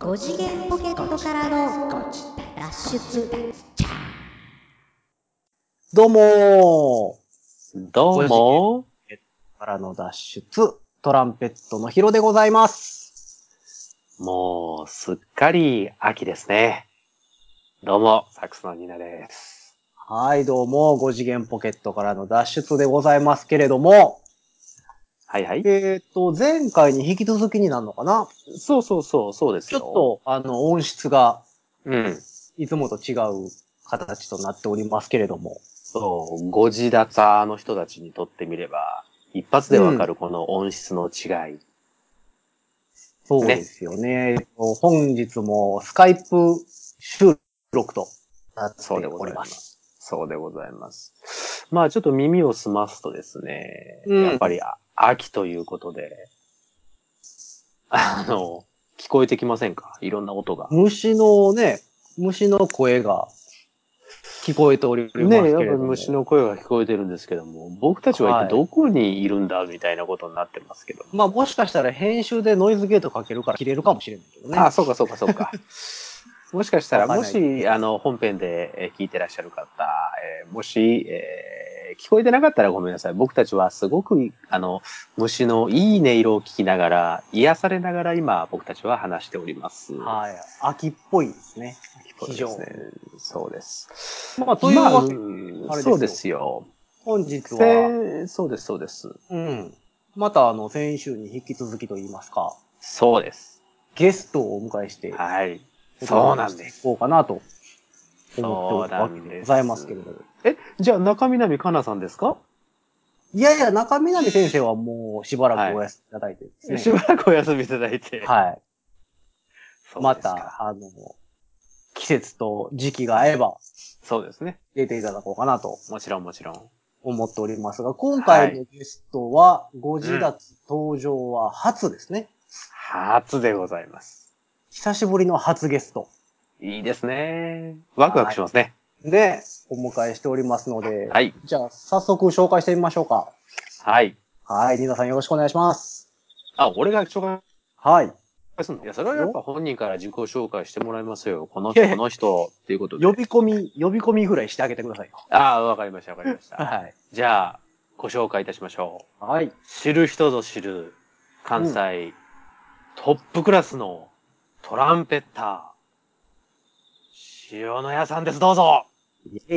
5次元ポケットからの脱出。どうもどうも、ーからの脱出、トランペットのヒロでございます。もう、すっかり秋ですね。どうも、サックスのニーナです。はい、どうも、5次元ポケットからの脱出でございますけれども、はいはい。えっ、と、前回に引き続きになるのかなそうそうそう、そうですちょよ。っと、あの、音質がっと、うん。いつもと違う形となっておりますけれども、そう、ご自立の人たちにとってみれば、一発でわかるこの音質の違い。そうですよね。えっと本日もスカイプ収録となってそうでごおざりいまますす。。そうでございます。まあ、ちょっと耳を澄ますとですね、うんやっぱりあ秋ということで、あの、聞こえてきませんかいろんな音が。虫のね、虫の声が聞こえておりますけれども。ねやっぱり虫の声が聞こえてるんですけども、僕たちはは一体いどこにいるんだみたいなことになってますけど。まあもしかしたら編集でノイズゲートかけるから切れるかもしれないけどね。ああ、そうかそうかそう か。もしかしたら、わかんもないし、あの、本編でえー聞いてらっしゃる方、えーもし、えー聞こえてなかったらごめんなさい。僕たちはすごく、あの、虫のいい音色を聞きながら、癒されながら今、僕たちは話しております。はい。秋っぽいですね。非常そうですね。そうです。まあというわけでうんあれですよそうですよ。本日は、せそうです、そうです。うん。またあの、先週に引き続きと言いますか、そうです。ゲストをお迎えして、はい。おそうな話んししてでいす。こうかなとそ思うっなてんおですでございますけれども。え、じゃあ中南かなさんですか、いやいや、中南先生はもうしばらくお休みいただいてですね。しばらくお休みいただいて。はい。そうですかまた、。あの、季節と時期が合えばそうですね。出ていただこうかなともちろんもちろん。思っておりますが、今回のゲストは、5時脱登場は初ですね。初でございます。久しぶりの初ゲストいいですね。ワクワクしますね。でお迎えしておりますので、はい。じゃあ早速紹介してみましょうか。はい。はい、ニーナさんよろしくお願いします。あ、俺が紹介はい。するのいや、それはやっぱ本人から自己紹介してもらいますよ。このいや人、いやこの人っていうことで呼。び込み、呼び込みぐらいしてあげてくださいよ。ああ、わかりました、わかりました。はい。じゃあ、ご紹介いたしましょう。はい。知る人ぞ知る関西トップクラスのトランペッター、塩野屋さんです、どうぞ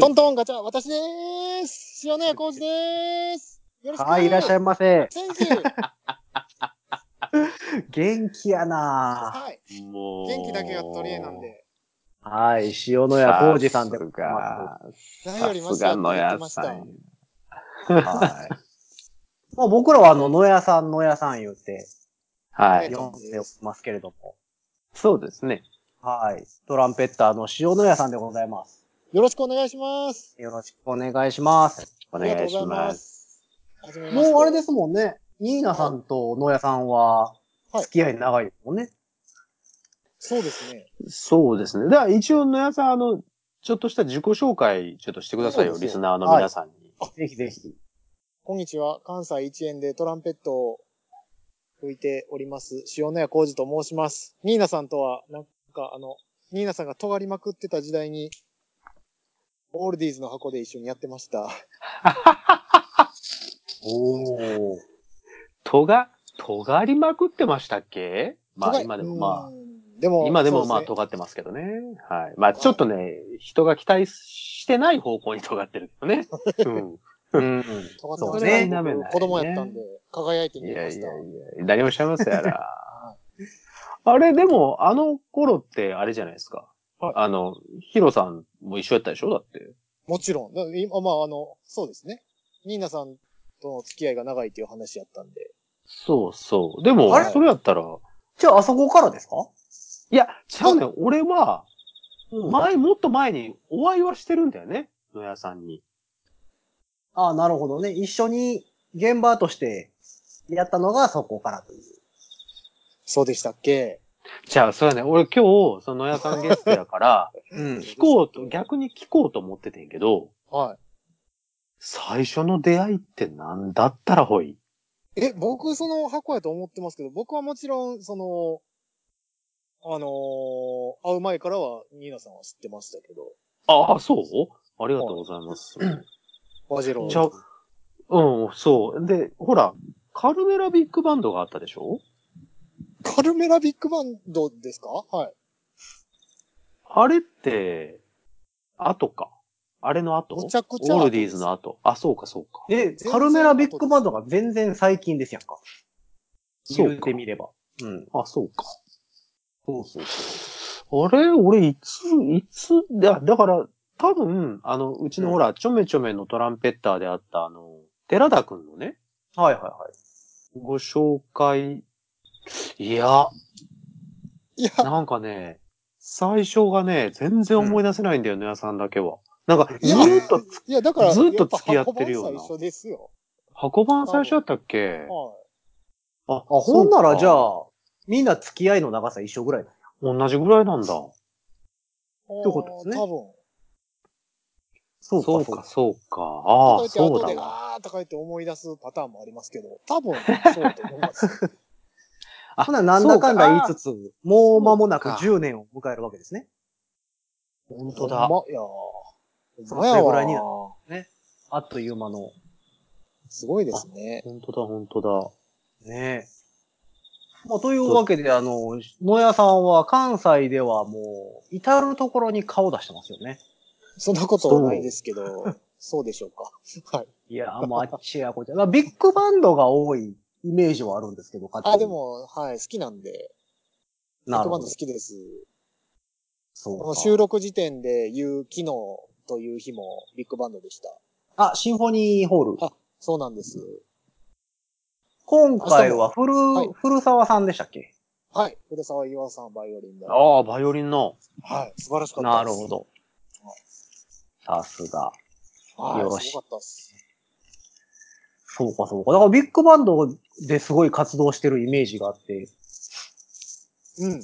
トントンガチャ、私でーす。塩谷浩二でーす。よろしくはい、いらっしゃいませ。セン キュー。元気やなはい。もう。元気だけが取り柄なん。で。ぁはい、塩野屋浩二さんでさごすざいまが、何よりさマすシがだって野言って屋ましさた。ん。す。はい。もう僕らはあの、野屋さん、野屋さん言って、はいええ。呼んでおりますけれども。そうですね。はい。トランペッターの塩野屋さんでございます。よろしくお願いします。よろしくお願いします。おありがと願ういござしいま。ますす。はじめましてもうあれですもんね。ニーナさんと野屋さんは、はい付き合い長いですもんね。そうですね。そうですね。だから一応野屋さん、あの、ちょっとした自己紹介、ちょっとしてくださいよ、そうですよリスナーの皆さんに。ぜひぜひ。こんにちは。関西一円でトランペットを吹いております、塩谷浩二と申します。ニーナさんとは、なんかあの、ニーナさんが尖りまくってた時代に、オールディーズの箱で一緒にやってました。おお。とが、とがりまくってましたっけまあ尖り今でもまあう、んでも、今でもそまうあすね尖ってますけどね。はい。まあちょっとね、人が期待してない方向に尖ってるけどね。 うん。尖ってますそうね舐めないね子供やったんで、輝いてうん。見いえやいまやしいたや。、誰もしちゃいますや ら。あれ、でも、あの頃ってあれじゃないですか。はいあの、ヒロさんも一緒やったでしょだって。もちろん。だから今、まあ、あの、そうですね。ニーナさんとの付き合いが長いという話やったんで。そうそう。でもあれ、それやったら、じゃあ、あそこからですかいや、違うね。俺は、うあ前、もっと前にお会いはしてるんだよね。野屋さんに。あ、なるほどね。一緒に現場としてやったのがそこからという。そうでしたっけじゃあ、そうやね。俺今日、その野屋さんゲストや から、うん。聞こうと、逆に聞こうと思っててんけど、は最初の出会いって何だったらほい。い。え、僕、その箱やと思ってますけど、僕はもちろん、その、あのー会う前からは、ニーナさんは知ってましたけど、ああ、そうありがとうございます。バジェロじゃあうん、そう。で、ほら、カルメラビッグバンドがあったでしょカルメラビッグバンドですかはい。あれって、後か。あれの後むちゃくちゃオー後ルですディーズの後。あ、そうか、そうか。え、然カルメラビッグバンドが全然最近ですやんか。そうか言うてみれば。うん。あ、そうか。そうそう。あれ俺、いつ、いつ、だだから、多分、あの、うちのほら、ちょめちょめのトランペッターであった、あの、寺田くんのね、はいはいはい。ご紹介、いや、いや、なんかね、最初がね、全然思い出せないんだよね、屋さんだけは。なんか、いずやーっと、いや、だから、ずっと付き合ってるようなやぱ箱番最初ですよ。箱番最初だったっけはあ、あ、ほんなそうらかじゃあ、みんな付き合いの長さ一緒ぐらいだ。同じぐらいなんだ。い。てことですねあー多分。そそうか、そうか。ああ、とかそ言っうてだ後で、わ。あーとか言って思い出すパターンもありますけど、多分、そうだと思います。あほな、なんだかんだ言いつつ。つ、もう間もなくそうか10年を迎えるわけですね。本当だ。ほんま、いやーそほんまやわそれぐらいになあっという間の。すごいですね。本当だ、本当だ。ねえ。まあ、というわけで、あの、野屋さんは関西ではもう、至るところに顔出してますよね。そんなことはないですけど、そうでしょうか。 はい。い や、もうあっちやこっちや。まあ、ビッグバンドが多いイメージはあるんですけど、勝手にあ、で、も、はい、好きなんで、ビなッるグほバンドど好。きです。こそうのか収録時点で言う昨日という日もビッグバンドでした。あ、シンフォニーホール。あそうなんです。今回は古、はい古沢さんでしたっけはい。古沢岩さん、バイオリンだ。あはあ、バイオリンの。い。素晴らしかったなでるす。ほど。さすが。はい。よろしすごかったです。そうか、そうか。だからビッグバンドですごい活動してるイメージがあって。うん。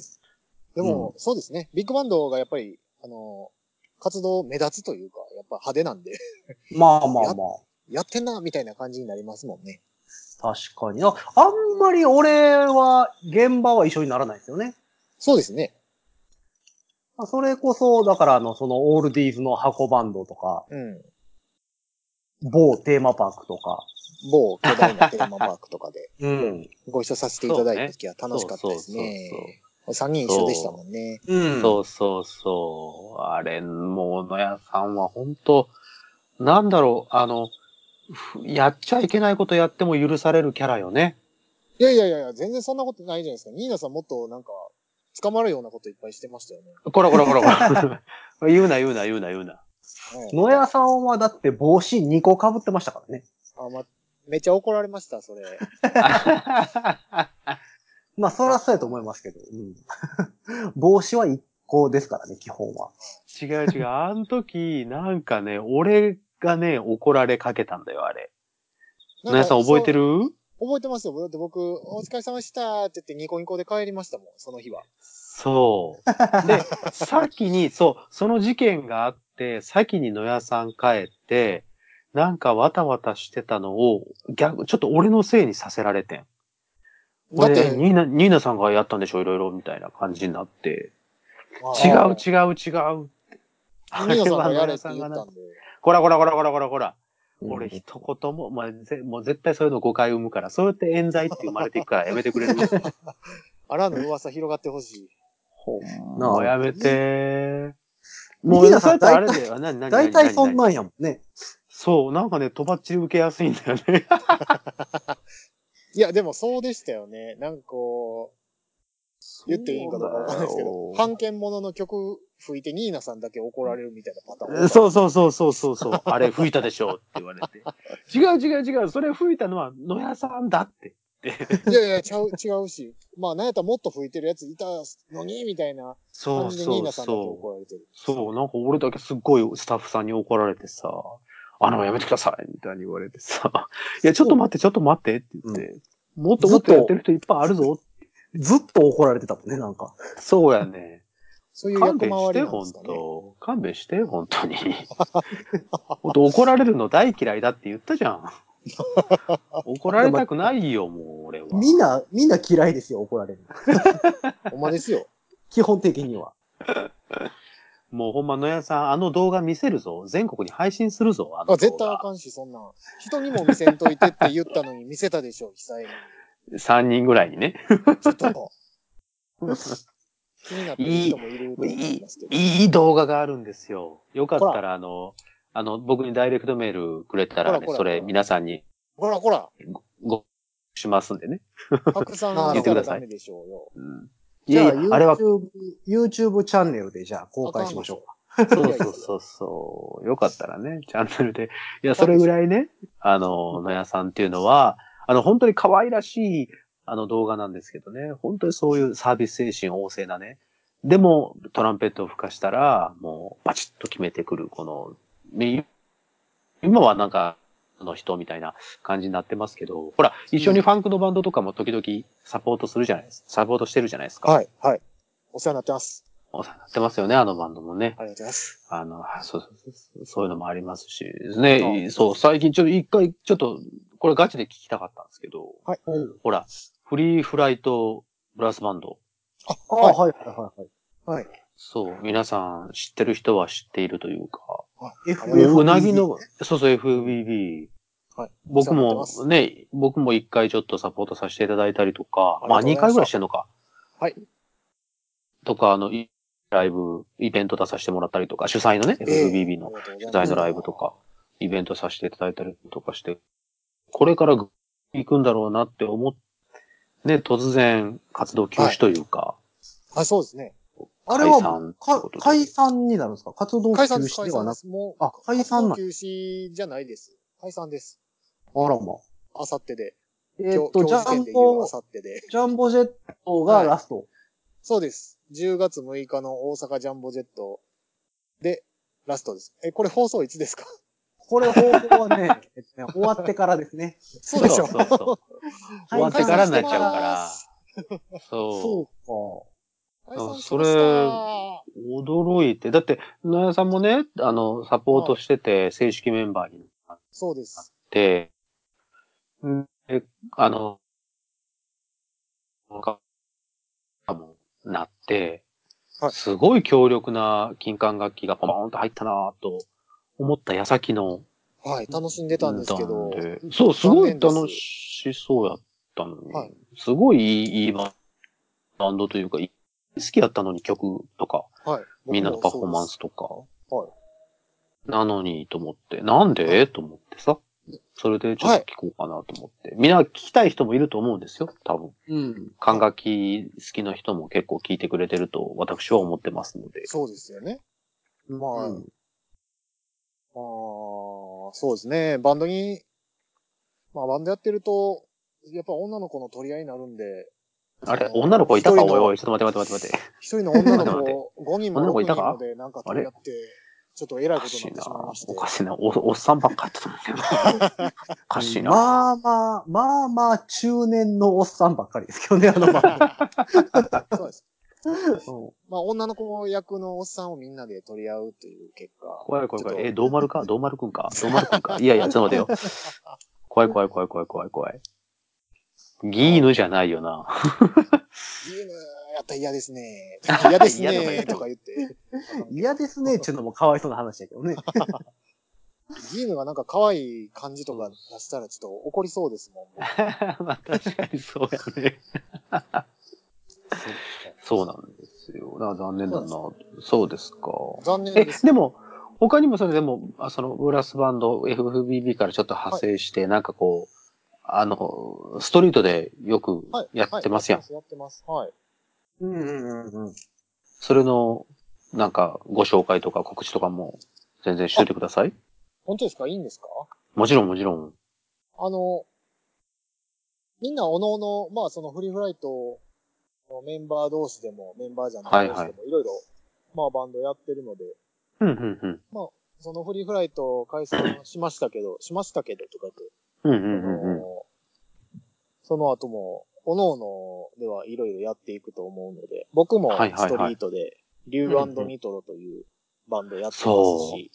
でも、そうですね。ビッグバンドがやっぱり、あの、活動目立つというか、やっぱ派手なんで、 まあまあまやってんな、みたいな感じになりますもんね。あ。確かに。ああんまり俺は、現場は一緒にならないですよね。そうですね。まあそれこそ、だからあの、そのオールディーズの箱バンドとか、うん。某テーマパークとか。某巨大なテーマパークとか でうん。ご一緒させていただいた時は楽しかったですそうそうね。3人一緒でしたもんね。うん。そうそうそう。あれ、もう、野屋さんは本当なんだろう、あの、ふやっちゃいけないことやっても許されるキャラよね。いやいやいやいや、全然そんなことないじゃないですか。ニーナさんもっとなんか、捕まるようなこといっぱいしてましたよね。 こらこらこらこ ら。言うな言うな言うな言うな。うん野屋さんはだって帽子2個被ってましたからね。あ、ま、めっちゃ怒られました、それ。まあ、そらそうやと思いますけど。うん、 帽子は一個ですからね、基本は。違う違 う。あの時、なんかね、俺がね、怒られかけたんだよ、あれ。 野な屋かさん覚えてるそう覚えてますよ。だって僕、お疲れ様でしたって言ってニコニコで帰りましたもん、その日は。そう。で、先に、そう、その事件があって、先に野屋さん帰って、なんかわたわたしてたのを、逆、ちょっと俺のせいにさせられてん。だって、俺、ニーナ、ニーナさんがやったんでしょ、いろいろ、みたいな感じになって。違あう、ー違う、違う。あニーナさんがや野屋れってさん言がったなんで。こらこらこらこらこらこら。俺うん一言も、まあ、ぜもう絶対そういうの誤解生むから、そうやって冤罪って生まれていく からやめてくれるあらぬ噂広がってほしい。ほんまやめて。ももうう、皆そさうんやったらあれだよ。なになに大体そんなんやもんね。そう、なんかね、とばっちり受けやすいんだよね。いや、でもそうでしたよね。なんかこう、言っていいんかどうかわかんないですけど、そう判権者の曲吹いてニーナさんだけ怒られるみたいなパターンだ多かっよ。た。そうそうそうそうそうそう。あれ吹いたでしょって言われて。違う違う違う。それ吹いたのは野屋さんだって。いやいや、ちゃう、違うし。まあ、なんやったらもっと吹いてるやついたのに、みたいなそ感うじでニそーうナさんだけそう怒。られてる。そう、なんか俺だけすっごいスタッフさんに怒られてさ、あの、やめてくださいみたいに言われてさ、いや、ちょっと待って、ちょっと待ってって言って、もっともっとやってる人いっぱいあるぞ。ずっと怒られてたもんね、なんか。 そうやね。そういう勘役弁回りしなて、んで本すかね。当 勘弁して、本当に。本当怒られるの大嫌いだって言ったじゃん。怒られたくないよ、もう俺は。みんな、みんな嫌いですよ、怒られる。ほんまですよ。基本的には。もうほんま、野谷さん、あの動画見せるぞ。全国に配信するぞ。あの動画あ絶対あかんし、そんなん。人にも見せんといてって言ったのに見せたでしょ、久江3人ぐらいにね。に。ちょっと。気になってる人もいると思いますけど。いい動画があるんですよ。よかったら、あの、あの、僕にダイレクトメールくれたらこらね、こらそれ皆さんにこらこら、ご、しますんでね。白さん言しってたくらださダいメでしょうよ。うん。いじやゃあ、いや、あれは、そ YouTube、YouTube チャンネルでじゃあ公開しましょうか。うそうそうそう。よかったらね、 チャンネルで。いや、それぐらいね、あの、野谷さんっていうのは、あの、本当に可愛らしい、あの動画なんですけどね、本当にそういうサービス精神旺盛なね。でも、トランペットを吹かしたら、もう、バチッと決めてくる、この、み今はなんか、あの人みたいな感じになってますけど、ほら、一緒にファンクのバンドとかも時々サポートするじゃないですか。サポートしてるじゃないですか。はい、はい。お世話になってます。お世話になってますよね、あのバンドもね。ありがとうございます。あの、そうそうそう、そういうのもありますし、ね、そう、最近ちょっと一回、ちょっと、これガチで聞きたかったんですけど、はいほら、フリーフライトブラスバンド。あ、ははいい、はい、はいはい。そう、皆さん知ってる人は知っているというか、ありがとううなぎの、そうそう、FBB。はい僕おも世話にね、僕も一回ちょっとサポートさせていただいたりとか、あまりがあとうござ二いました回ぐらいしてんのか。はい。とか、あの、いライブ、イベント出させてもらったりとか、主催のね、ええ FBB のありがとうございます主催のライブとか、イベントさせていただいたりとかして、これからぐ行くんだろうなって思っね、突然活動休止というか、あ、そうですね。あれは解散ってかことで解散になるんですか活動休解散です、止解で散はでなく。す。もう、あ、解散なん活動休止じゃないです。解散です。あらま。あさってで。えー今っ日、と、今ジ日時ャ点ンで言うボあ、さってで。ジャンボジェットがラスト。そうです。10月6日の大阪ジャンボジェットで、ラストです。え、これ放送いつですかこれ方法はね、 えっとね終わってからですね。そうでしょ そうそうそう終わってからになっちゃうから、そう。そう解散しそまれした驚いて。だって、野谷さんもね、あの、サポートしてて、正式メンバーになっそうです。て、んで、あの、かもなって、はいすごい強力な金管楽器がポーンと入ったなぁと思った矢先の、はい、楽しんでたんですけど、でそう、すごい残念楽ですしそうやったのに、はいすごいいいいいバンドというか、い好きやったのに曲とか、はい。みんなのパフォーマンス。スとか。はいなのに、と思って。なんで、と思ってさ。それでちょっと聞こうかなと思って。みんな聞きたい人もいると思うんですよ、多分。うん。管楽器好きな人も結構聞いてくれてると私は思ってますので。そうですよね。まあ、うんまあ、そうですね。バンドに、まあバンドやってると、やっぱ女の子の取り合いになるんで、あれ、女の子いた一か人のおいおい、ちょっと待って待って待って待って。一人の女の 待って子、5人も女の子い6た人かもでなんか取り合って、ちょっと偉おいかことにしないってなしまいまし。てお。かしいな。おおっさんばっかって思ってる。 おかしいな。まあまあ、まあまあ、中年のおっさんばっかりですけどね、あの場合。そうです。まあ女の子役のおっさんをみんなで取り合うという結果。怖い怖い怖ちょっい。とえ、どうまるかどうまるくんかどうまるくんかいやいや、ちょっと待てよ。怖い怖い怖い怖い怖い怖い。ギーヌじゃないよな。いいねやったら嫌ですね。嫌で すね。とか言って。嫌ですね、っていうのもかわいそうな話だけど ね。ギーヌがなんか可愛い感じとか出したらちょっと怒りそうですもん。 まあ確かにそうやね。そうなんですよ。だから残念だな。そうですか。残念え で、す。でも、他にもそれでも、あそのブラスバンド FBB からちょっと派生して、なんかこう、あの、ストリートでよくはいやってますやん。はいやってます。はい。うんうんうんうん。それの、なんか、ご紹介とか告知とかも、全然しといてください。本当ですかいいんですかもちろん、もちろん。あの、みんなおのおの、まあそのフリーフライトのメンバー同士でも、メンバーじゃない同士でも、いろいろ、まあバンドやってるので、うん、うん、うん。そのフリーフライト解散しましたけど、しましたけどとか言って、うん、うあん、うんうん。のその後も、おのおのではいろいろやっていくと思うので、僕もはいはいはいストリートで、リューニトロというバンドやってますそし、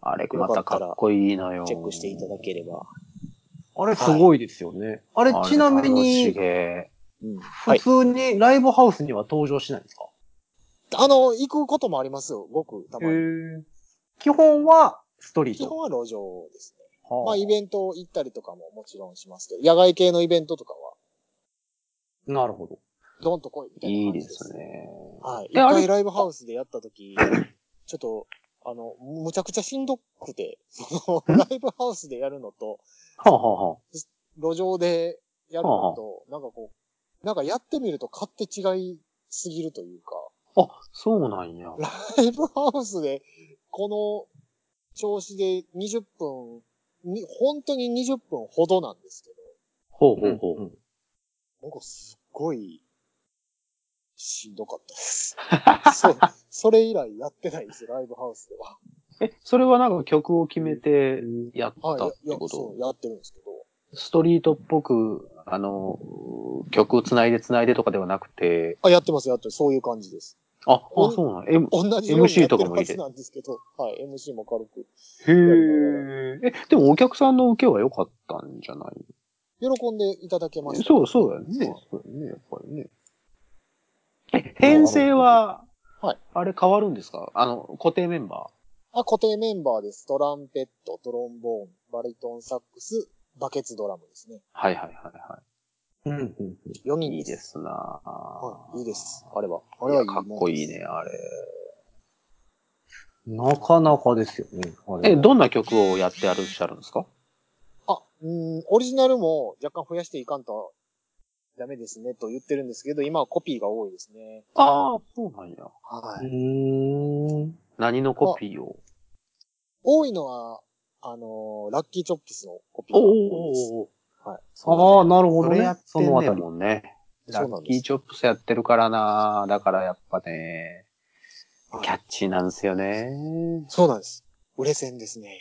あれ、またかっこいいのよ。チェックしていただければ。あれすごいですよね。あれちなみあれ楽しに、げは普い通にライブハウスには登場しないんですか、あの、行くこともありますよ。ごくたまに。基本はストリー基ト。本は路上ですね。はあまあ、イベント行ったりとかももちろんしますけど、野外系のイベントとかは、なるほど。どんと来いみたいいない感じでです。すね。はい。一えあれ回ライブハウスでやった とき、ちょっと、あの、むちゃくちゃしんどくて、その、ライブハウスでやるのと、はあ、はあはあ、路上でやるのと、なんかこう、なんかやってみると勝手違いすぎるというか、あ、そうなんや。ライブハウスで、この調子で20分、に、本当に20分ほどなんですけほうほうほう。うんうんど、なんかすっごい、しんどかった です。そう、それ以来やってないです、ライブハウスでは。え、それはなんか曲を決めてやったっはい、やてこそとう、やってるんですけど。ストリートっぽく、あの、曲を繋いで繋いでとかではなくて、あ、やってます、やってる。そういう感じです。あ、あ、うんそうなんや。M 同じようにやって MC とかるもは入れてずなんですけど、はい、MC も軽く。へえ。え、でもお客さんの受けは良かったんじゃない喜んでいただけました。そう、そうだよね。そうだよね、やっぱりね。え、編成は、はいあれ変わるんですかあの、固定メンバあ、固定メンバーです。トランペット、トロンボーン、バリトンサックス、バケツドラムですね。ーはいはいはいはうんうん4い。人いいでです。すなはぁい、いいです。あれは。あいれはやいいかっこいいね、あれ。うんなかなかですよね。あれえ、どんな曲をやってあるっしゃるんですかあ、うん、オリジナルも若干増やしていかんとダメですねと言ってるんですけど、今はコピーが多いですね。ああ、そうなんや。はうーい。ん。何のコピーを多いのは、あのーラッキーチョップスのコピーおがお多いです。おおはいそうああ、なるほそどれねやっ。そてんのあねたり。もんね。そラうなんッでキーす。チョップスやってるからなだからやっぱね、キャッチーなんですよね。そうなんです。売れ線ですね。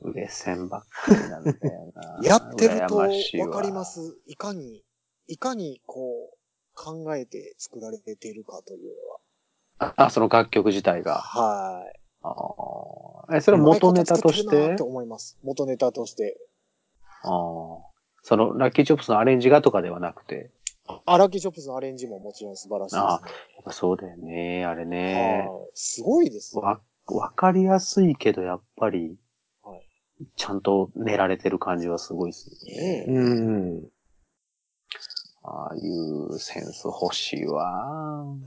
売れ線ばっかりなんだよな。 やってると羨ましいわかりま。いす。いかに、いかにこう、考えて作られているかというあ、あその楽曲自体のは。が。はい。あーえ、それは元ネタとしうまいこと作ってるなてって思います。元ネタとして。あーそのラッキーチョップスのアレンジがとかではなくて。アラキショップスのアレンジももちろん素晴らしいあですやっぱそうだよね、あれね。ね。はいすごいですね。わ、わかりやすいけど、やっぱりはい、ちゃんと練られてる感じはすごいですね。ねえうん。ああいうセンス欲しいわ。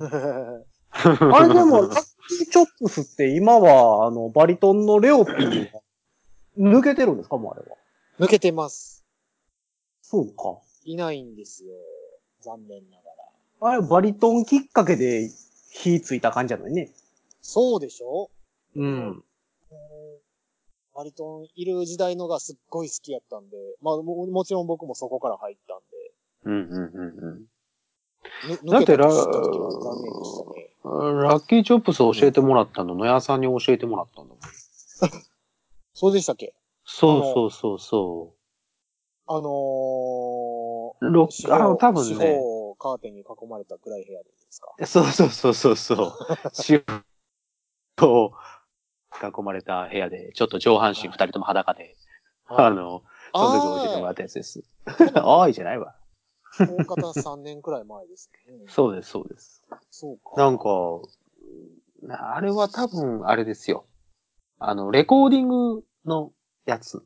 あれでも、ラ ッキーチョップスって今は、あの、バリトンのレオピーが抜けてるんですかもうあれは。抜けてます。そうか。いないんですよ。残念ながら。あれ、バリトンきっかけで火ついた感じじゃないね。そうでしょうん。もうバリトンいる時代のがすっごい好きやったんで、まあももちろん僕もそこから入ったんで、うんうんうんぬだ抜ってけたラと知った時は残念でしたね。うん。ラッキーチョップスを教えてもらったの、野屋さんに教えてもらったんだもん。そうでしたっけそうそうそうそあのう。ロー、ック、あの、多分四ね。方をカーテンに囲まれた暗い部屋でですか。そうそうそうそう そう。四方囲まれた部屋で、ちょっと上半身二人とも裸で、あの、その時教えてもらったやつです。 あいじゃないわ。あ ー大方3年くらい前ですね。うんそうです、そうです。そうか。なんか、あれは多分、あれですよ。あの、レコーディングのやつ。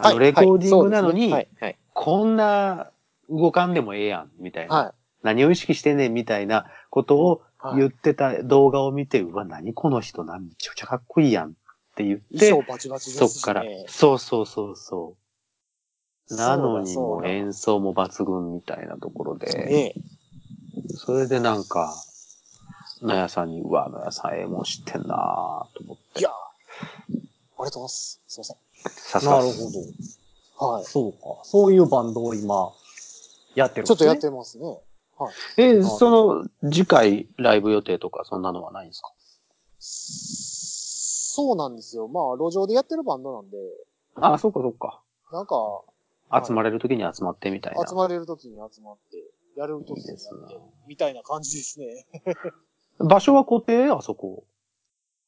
あの、レコーディングなのに、はい、はい。こんな動かんでもええやん、みたいな。は何を意識してんねん、みたいなことをい。言はっい、てた動画を見て、うわ、何この人な、めちゃくちゃかっこいいやんって言って、衣装バチバチですし、そね。っから、そうそうそうそう。なのにもそうだそううだ演奏も抜群みたいなところで、ねえそれでなんか、野屋さんに、うわ、野屋さんええもん知ってんなぁと思って。いやーありがとうございます。すいません。さすながるっほす。ど。はい。そうか。そういうバンドを今、やってるんちょですっとね。やってますね。え、その、次回ライブ予定とかそんなのはないんですかそうなんですよ。まあ、路上でやってるバンドなんで、あ、そっかそっか。なんか、い集まれる時に集まってみたいな。集まれる時に集まって、やる時いいにやでっすて、みたいな感じですね。な場所は固定あそこ。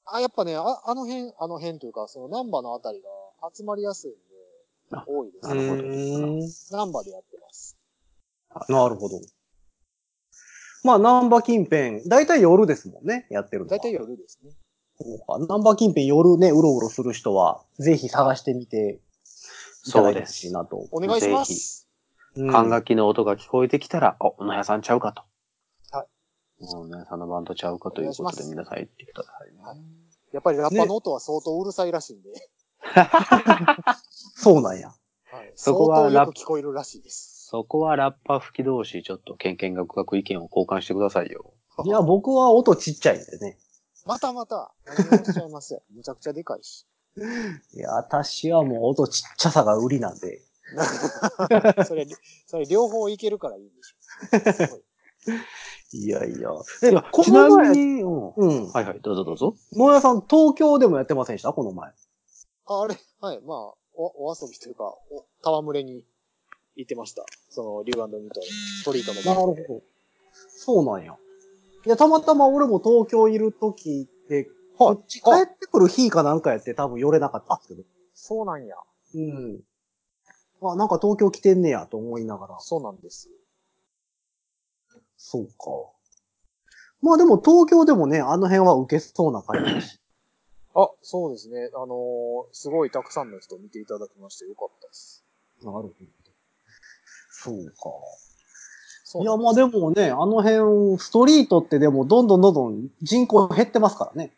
あ、やっぱね、ああの辺、あの辺というか、そのナンバーのあたりが集まりやすいんで、多いですなるほどうーんナンバーでやってます。なるほど。まあ、難波近辺、だいたい夜ですもんね、やってるのは。だいたい夜ですね。そうか。難波近辺夜ね、うろうろする人は、ぜひ探してみていただいてほしいなと。お願いしまうす。ん管楽器の音が聞こえてきたら、あ、お野屋さんちゃうかと。。はいお野屋さんのバンドちゃうかというお願こといしまで、す皆さん言ってくださいね。やっぱりラッパの音は相当うるさいらしいんで、そうなんや。はい、そこは相当よラッく聞こえるらしいです。そこはラッパ吹き同士、ちょっと、けんけんがくがく意見を交換してくださいよ。いや、僕は音ちっちゃいんでね。またま た、何をおっしゃいますよ。むちゃくちゃでかいし。いや、私はもう音ちっちゃさが売りなんで。それ、それ両方いけるからいいんでしょ。すごいいやいや。いえや、こちのなみ前、に、うん。はうん。いはい、どうぞどうぞ。野屋さん、東京でもやってませんでしたこの前。ああれ、はい、まあ、お、お遊びというか、お、戯れに行ってました。その、リュウミートのストリートのなるほ場で。ど。そうなんや。いや、たまたま俺も東京いる時って、こっち帰ってくる日かなんかやって多分寄れなかったんですけど。そうなんや。うん。あ、なんか東京来てんねやと思いながら。そうなんです。そうか。まあでも東京でもね、あの辺は受けそうな感じだし。あ、そうですね。あのーすごいたくさんの人見ていただきましてよかったです。なるほど。そうか。そういなやんまあでもね、あの辺、ストリートってでもどんどんどんどん人口減ってますからね。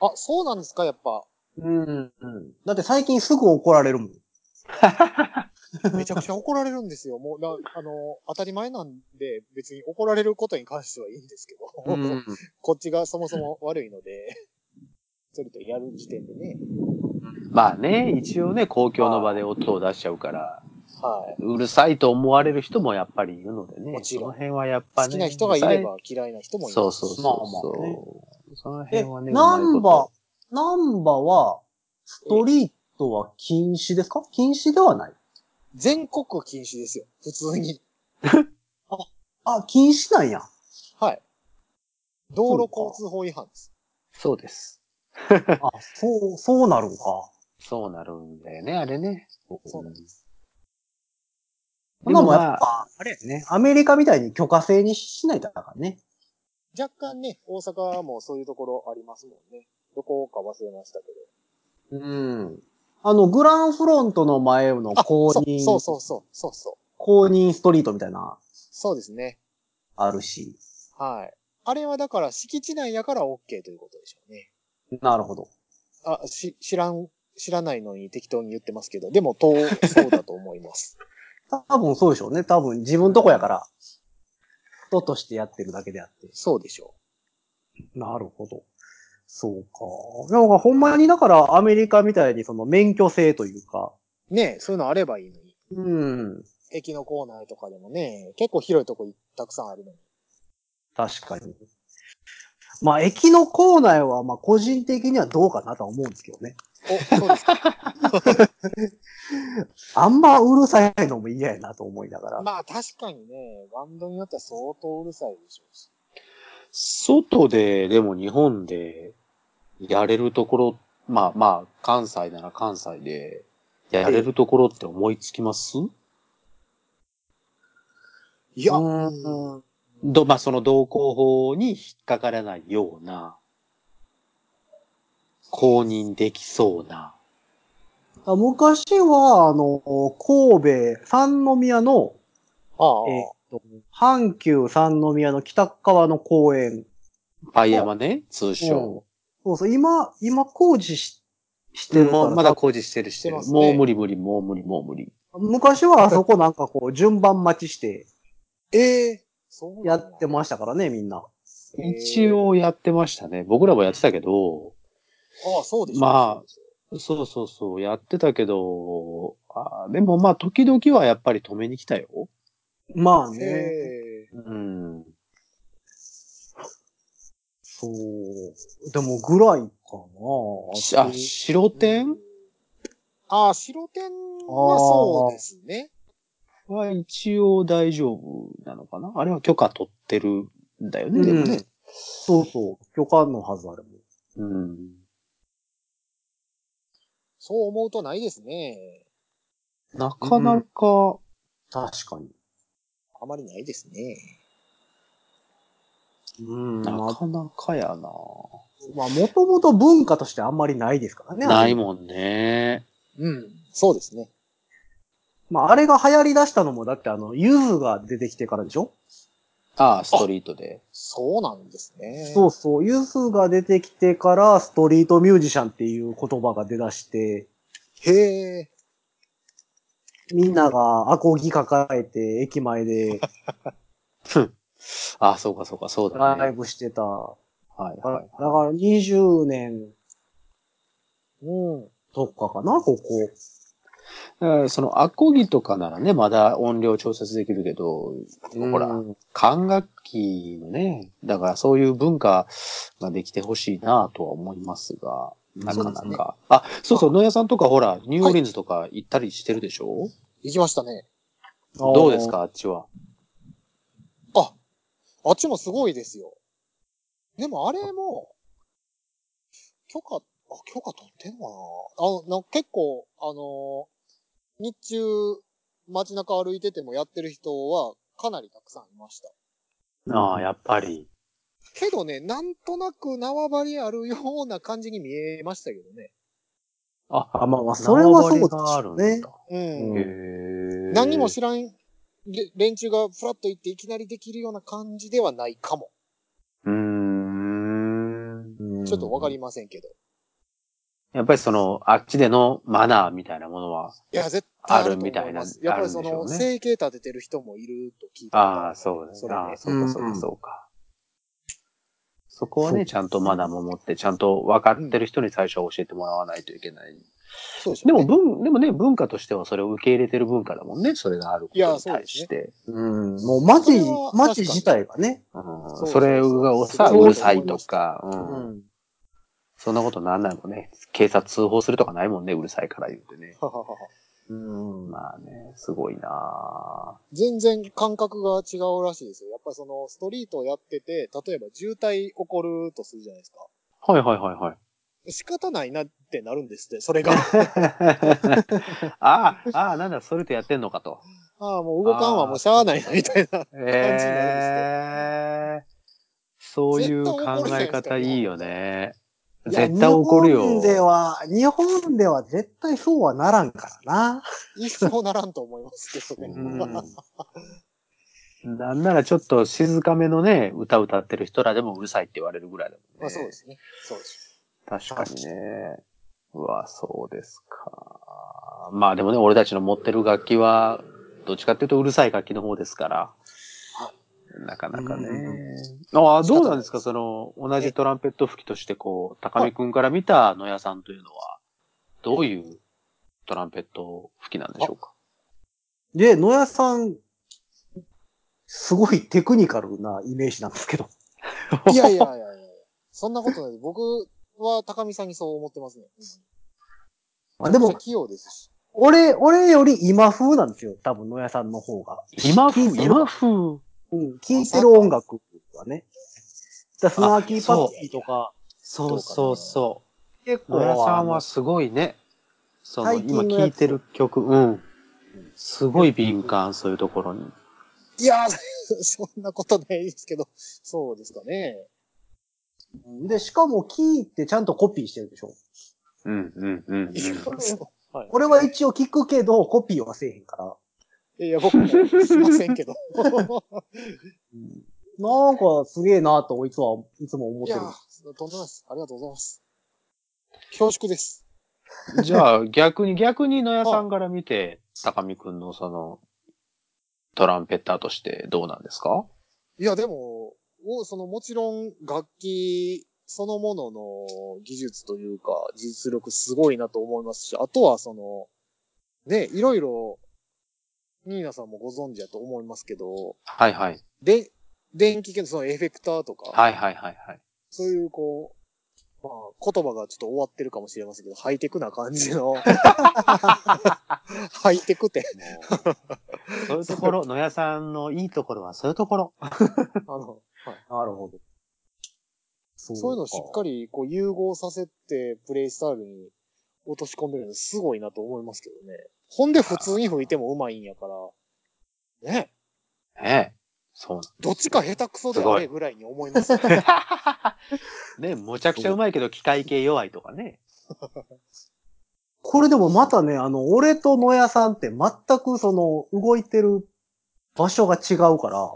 あ、そうなんですか、やっぱ。うん。だって最近すぐ怒られるもん。めちゃくちゃ怒られるんですよ。もう、なあの、当たり前なんで、別に怒られることに関してはいいんですけど、こっちがそもそも悪いので、 それとやる時点でね。まあね、一応ね、公共の場で音を出しちゃうから、はい。うるさいと思われる人もやっぱりいるのでね。もちろんその辺はやっぱ好ね。きな人がいれば嫌いな人もいます。そうそうそうそう。まあまあその辺え、はね、ナうまいンこバ、ナンバは、ストリートは禁止ですか禁止ではない全国区禁止ですよ。普通に。あ、禁止なんや。はい。道路交通法違反です。とそうです。あ、そう、そうなるんか。そうなるんだよね、あれね。そうなんです。でもやまっあぱ、あれやね、アメリカみたいに許可制にしないとだからね。若干ね、大阪もそういうところありますもんね。どこか忘れましたけうん。あの、グランフロントの前のど。あ、公認、そうそうそうそう。そうそう。公認ストリートみたいな、そうですね。あるし。はい。あれはだから敷地内やから OK ということでしょうね。なるほど。あ、し、知らん、知らないのに適当に言ってますけど、でも、と、そうだと思います。多分そうでしょうね。多分自分とこやから、人としてやってるだけであって。そうでしょなるほど。そうか。なんかほんまにだからアメリカみたいにその免許制というか。う。ねえ、そういうのあればいいのに。うん。駅の構内とかでもね、結構広いとこたくさんあるのに。確かに。まあ、駅の構内は、まあ、個人的にはどうかなとは思うんですけどね。お、そうですか。あんまうるさいのも嫌やなと思いながら。 まあ確かにね、バンドによっては相当うるさいでしょうし。外で、でも日本でやれるところ、まあまあ、関西なら関西で、やれるところって思いつきます、いや、ううんど、まあその同行法に引っかからないような、公認できそうな。昔は、あの、神戸、三宮の、ああ、えっと、阪急三宮の北側の公園。パイ山ね、通称。そうそう、今、今工事ししてでるから、もうまだ工事してるしてしてまる。すねもう無理無理、もう無理、もう無理。昔はあそこなんかこう、順番待ちしてええそうやなんってましたからね、みんな。えー一応やってましたね。僕らもやってたけど、ああ、そうでしょう。まあそうそでしょううそうそう、やってたけど、あーでもまあ、時々はやっぱり止めに来たよ。まあね。ええうん。そう。でもぐらいかな。しあ、白点ああ、白点はそうですね。は一応大丈夫なのかなあれは許可取ってるんだよね、でうもんね。そうそう。許可のはずあれも。うん。そう思うとないですね。なかなか、確かに。あまりないですね。うん。なまあ、かなかやな。もともと文化としてあんまりないですからね。ないん。もんね。うん。そうですね。まあ、あれが流行り出したのも、だってあの、ゆずが出てきてからでしょああ、ストリートで。そうなんですね。そうそう。ユズが出てきてから、ストリートミュージシャンっていう言葉が出だして、へえ。みんながアコギ抱えて、駅前 でああ、そうかそうか、そうだライね。ブしてた。だはいからはいだ。から20年うん。とかかな、ここ。だからそのアコギとかならね、まだ音量調節できるけど、ほら、うん管楽器のね、だからそういう文化ができてほしいなとは思いますが、なかなそうですねか。あ、そうそう、野屋さんとかほら、ニューオーリンズとか行ったりしてるでしょ、行きましたね。どうですか、あっちは。あ、あっちもすごいですよ。でもあれも、許可、あ、許可取ってんのかなあの、な結構、あのー日中、街中歩いててもやってる人はかなりたくさんいました。ああ、やっぱり。けどね、なんとなく縄張りあるような感じに見えましたけどね。あ、あ、まあまあ、それはそうでしがあるょんうだ。ね。うん。うんへえ。何にも知らんれ連中がフラッと行っていきなりできるような感じではないかも。うーん。うんちょっとわかりませんけど。やっぱりその、あっちでのマナーみたいなものは、いや、絶対あるとあるみた思いいなます。やっぱりそあるの、んでしょうね整形立ててる人もいると聞いたことあるあ、そうですそね。れでああ、そうか、そううんうか、んそうか。そこはね、ちゃんとマナーも持って、ちゃんと分かってる人に最初は教えてもらわないといけない。そうでしょでうねも文、でもね、文化としてはそれを受け入れてる文化だもんね、それがあることに対して。うん。もう街それは、確かに街自体がね。うんそうそうそうそれをさ、そううるさいとか、ううんん。そんなことなんないもんね。警察通報するとかないもんね、うるさいから言うてね。ははははうん。まあね、すごいな全然感覚が違うらしいですよ。やっぱりその、ストリートをやってて、例えば渋滞起こるとするじゃないですか。ぁはいはいはいはい。仕方ないなってなるんですって、それが。 ああ、ああ、なんだ、それとやってんのかと。ああ、もう動かんはもうしゃあないな、みたいな。 感じになるんですってえーそういう考え方いいよね。いや絶対怒る日本でよ。は、日本では絶対そうはならんからな。一層ならんと思いますけどね。うんなんならちょっと静かめのね、歌歌ってる人らでもうるさいって言われるぐらいだもんね。まあそうで。すね。そうです。確かにね。うわ、そうですか。まあでもね、俺たちの持ってる楽器は、どっちかっていうとうるさい楽器の方ですから。なかなかね。ああ、どうなんですかその、同じトランペット吹きとして、こう、高見くんから見た野屋さんというのは、どういうトランペット吹きなんでしょうかで、野屋さん、すごいテクニカルなイメージなんですけど。いやいやいやいやそんなことないです。僕は高見さんにそう思ってますね。まあででもも、器用ですし。俺、俺より今風なんですよ。多分野屋さんの方が。今風、今風。うん、聴いてる音楽はね。だスナーキーパッキーとか、そうそうそ結う。野屋さあんのはすごいね。その、最近の今やつ聴いてる曲、うん。すごい敏感、そういうところに。いやー、 そんなことないですけど、そうですかね。で、しかも聴いてちゃんとコピーしてるでしょ。うん、うん、うん。いやそうはい俺は一応聞くけど、コピーはせえへんから。いや、僕もしませんけど。なんかすげえなと、いつは、いつも思っいてやる。ー、とんでもないです。ありがとうございます。恐縮です。 じゃあ、逆に、逆に野屋さんから見て、高見くんのその、トランペッターとしてどうなんですかいや、でも、おその、もちろん、楽器そのものの技術というか、実力すごいなと思いますし、あとは、その、ね、いろいろ、ニーナさんもご存知だと思いますけど、はいはい。で、電気系のそのエフェクターとか、はいはいはいはい。そういうこう、まあ、言葉がちょっと終わってるかもしれませんけど、ハイテクな感じの、 ハイテクって、 そういうところ、野屋さんのいいところはそういうところ。あの、はいなるほど。そそういうのをしっかり。りこう融合させて、プレイスタイルに落とし込んでるのすごいなと思いますけどね。ほんで普通に吹いてもうまいんやから。ね。ねえ。そうどっちか下手くそであれぐらいに思いますよ。なんねむちゃくちゃうまいけど機械系弱いとかね。これでもまたね、あの、俺と野屋さんって全くその、動いてる場所が違うから、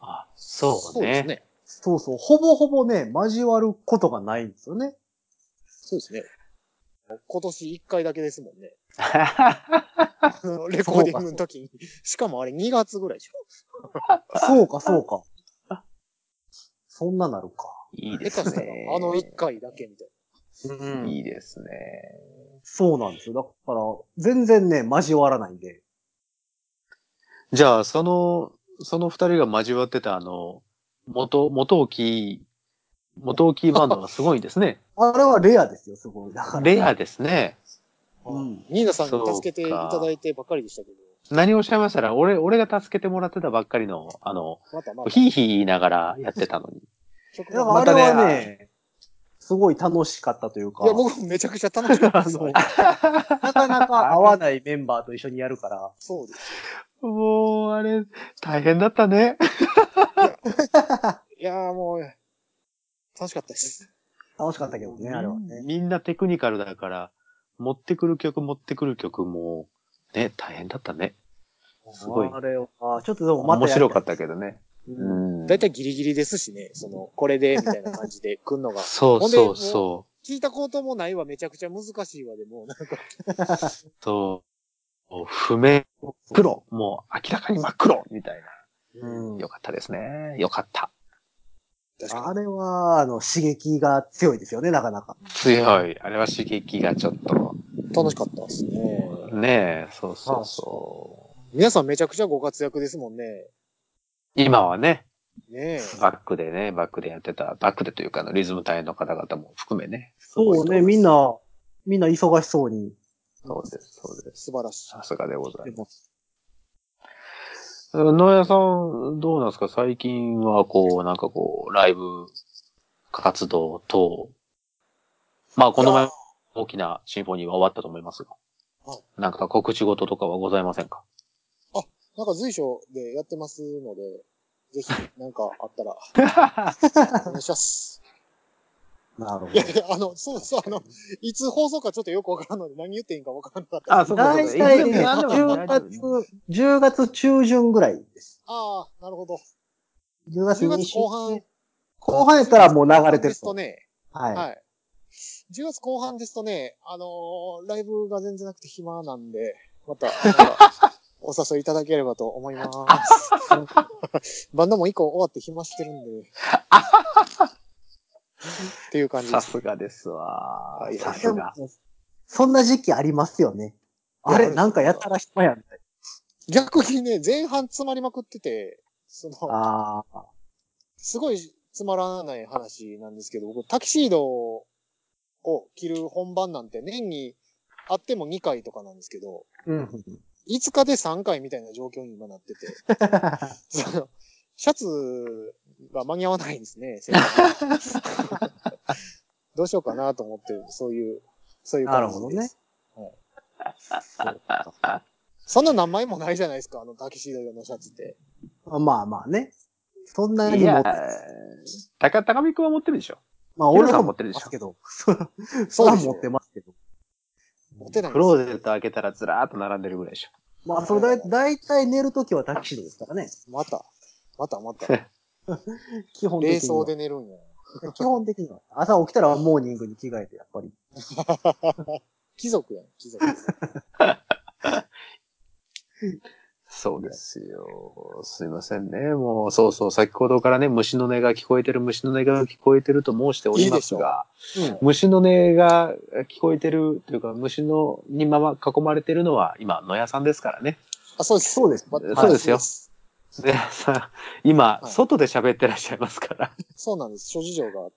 あ、 そうね。ね。そうそう、ほぼほぼね、交わることがないんですよね。そうですね。今年1回だけですもんね。レコーディングの時に。しかもあれ2月ぐらいでしょ。そうか、そうか。そんななるか。 いいで下す手したらね。あの1回だけみたいうん。いいですね。そうなんですよ。だから、全然ね、交わらないんで。じゃあ、その、その二人が交わってたあの、元、元沖、元沖バンドがすごいんですね。あれはレアですよ、す ごい。だから。レアですね。な。うんニーナさんに助けていただいてばっかりでしたけど。何をおっしゃいましたら、俺、俺が助けてもらってたばっかりの、あの、またまたヒーヒー言いながらやってたのに。曲だがからまあたねれはね、すごい楽しかったというかいや、、僕もめちゃくちゃ楽しかったで す。あのなかな か合わないメンバーと一緒にやるから、そうです。もう、あれ、大変だったね。いやーもう、楽しかったです。楽しかったけどね、あれはね。みんなテクニカルだから、持ってくる曲、持ってくる曲も、ね、大変だったね。すごい。あれは、ちょっとでもまた面やりたい白かったけどね。うん。だいたいギリギリですしね、その、これで、みたいな感じで来んのが。 そうそうそ聞いたこともないわ、めちゃくちゃ難しいわ、でも、なんか、う。そう。もう不明、黒、もう明らかに真っ黒みたいうんな。よかったですね。よかった。あれは、あの、刺激が強いですよね、なかなか。強い。あれは刺激がちょっと。楽しかったですね。ねえ、そうそうそう。皆さんめちゃくちゃご活躍ですもんね。今はね、ねえ。バックでね、バックでやってた、バックでというかあの、リズム隊の方々も含めね。そうね、みんな、みんな忙しそうに。そうです、そうです。素晴らしい。さすがでございでもます。野屋さん、どうなんですか最近はこう、なんかこう、ライブ活動等。まあ、この前、大きなシンフォニーは終わったと思いますがは。なんか告知事とかはございませんかなんか随所でやってますので、ぜひ、なんかあっ たら、お願いします。なるほいやいや、あの、そうそう、あの、いつ放送かちょっとよくわからんので、何言っていいんかわからなかったです。あそうど。か大体ね、いつでも何でも10月、10月中旬ぐらいです。ああ、なるほど。 10月10 2月週後半。後半やったらもう流れてでるすとと。ね、ははい。10月後半ですとね、あのーライブが全然なくて暇なんで、また、なんかお誘いいただければと思います。バンドも一個終わって暇してるんで。っていう感じでさす。すがですわい。やさい。すが。でもそんな時期ありますよね。いやあれ、なんかやたら暇やん。逆にね、前半詰まりまくってて、その、ああ。すごいつまらない話なんですけど、僕、タキシードを着る本番なんて年にあっても2回とかなんですけど、うん。 5日で3回みたいな状況に今なってて。そのシャツが間に合わないんです ね。生活がどうしようかなと思ってる。そういう、そういうなる感ほじどでねす。。そんな何枚もないじゃないですか、あのタキシード用のシャツって。まあまあね。そんなにいもや、高、高見くんは持ってるでしょまあヒロ俺さはん持持っっててるでしょますけど。そそうはでしょ持ってますけど。持てないんクですロよーゼット開けたらずらーっと並んでるぐらいでしょ。まあそれだいだいたい寝るときはタキシードですからね。また、またまた。基本冷的に装は。で寝るんや。基本的には。朝起きたらモーニングに着替えて、やっぱり。貴族やん、貴族。そうですよ。すいませんね。もう、そうそう、先ほどからね、虫の音が聞こえてる、虫の音が聞こえてると申しておりますが、いいでしょう虫の音が聞こえてるというか、虫のにまま囲まれてるのは、今、野屋さんですからね。あ、そうです。そうですまそうですよ私野屋さん、今、はい外で喋ってらっしゃいますから、 そうなんです。諸事情があって。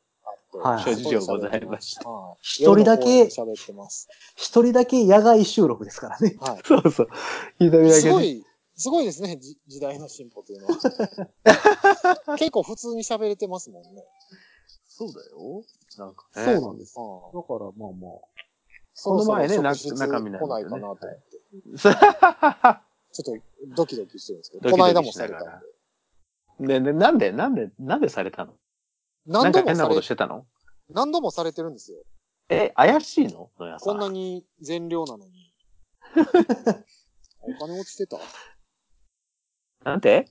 はい諸事情ございましはい。一一人だけ喋ってます。一人だけ野外収録ですからね。はい。そうそう。左だけすごね、い、すごいですね、じ時代の進歩というの は。結構普通に喋れてますもんね。そうだよ。なんか、そうなんです。だうからまあまあ。ん。そこの前ねろそろ職質な中身なん来なでいすよねかなと思って。ちょっとドキドキしてるんですけドキドど、キこの間もしさなれがたらんで。ね、ね、なんで、なんで、なんでされたのな何んか度も変なさことれしてたの何度もされてるんですよ。え、怪しいの野谷さ。こんなんに善良なのに。 お金落ちてたなんて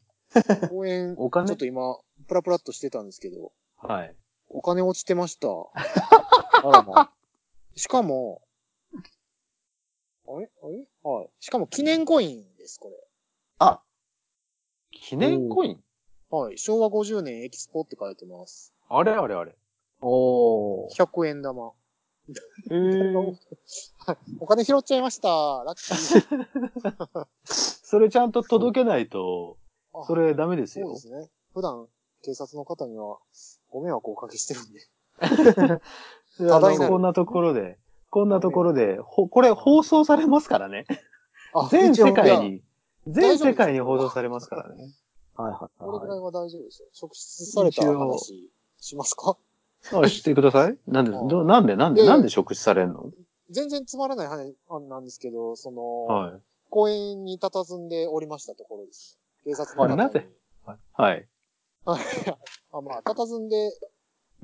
公園、ちょお金っと今、プラプラっとしてたんですけど、はい。お金落ちて ました。あらま。しかも、あれあれはい。しかも記念コインです、これ。あ記念コインはい。昭和50年エキスポって書いてます。あれあれあれ。おー。 100円玉。えー、お金拾っちゃいました。ラッ キー。それちゃんと届けないと、あそれダメですそうよで。すね。普段、警察の方には、ご迷惑をおかけしてるんで。あ多大なのるこんなところで、こんなところで、ほこれ放送されますからね。あ全世界。いやに、全世界に放送されますからね。はいはいこれぐはらいは大丈夫ですよ。職質された話、しますかあ、してください。なんで、ああどなんで、なんいやで、いやなんで触手されんの全然つまらない話なんですけど、その、は公園に佇んでおりましたところですね。警察の方に。あれなぜい。はい。あまあ、佇んで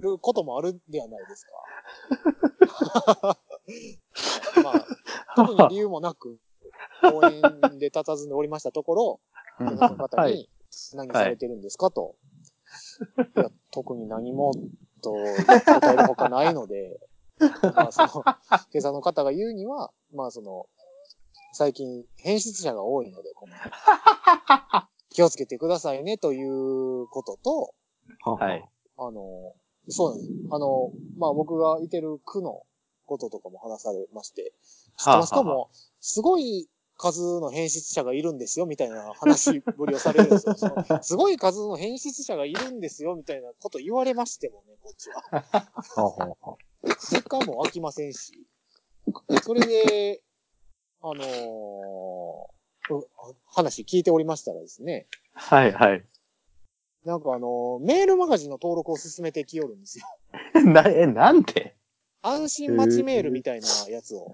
ることもあるんではないです か。まあ、特に理由もなく、公園で佇んでおりましたところ、警察の方はにい、何されてるんですかと。いや、特に何も、と答えるほかない ので、まあ、その、警察の方が言うには、まあ、その、最近、変質者が多いので、この気をつけてくださいね、ということと、い。はい。あの、そうなんです。あの、まあ、僕がいてる区のこととかも話されまして、知ってますかはあはあもう、すごい数の変質者がいるんですよ、みたいな話ぶりをされるんです よ。そのすごい数の変質者がいるんですよ、みたいなこと言われましてもね、こっちは。ほうほうほう時間も飽きませんし。それで、あのーう話聞いておりましたらですね、はい、はい。 なんかあのーメールマガジンの登録を進めてきよるんですよ。な、え、なんて安心待ちメールみたいなやつを。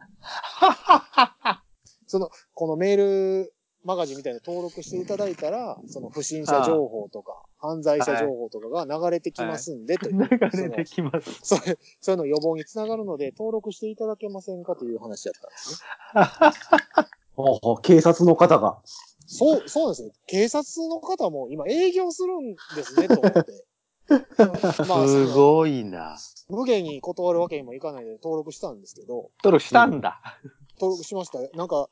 その、このメールマガジンみたいなの登録していただいたら、その不審者情報とか、犯罪者情報とかが流れてきますんで、という。流れてきます。そのそれ、そういうの予防につながるので、登録していただけませんかという話だったんですね。ほうほう警察の方が。そう、そうですね。警察の方も今営業するんですね、と 思って。まあ、そすのごいな。無限に断るわけにもいかないので登録したんですけど、登録したんだ。登録しました。なんか、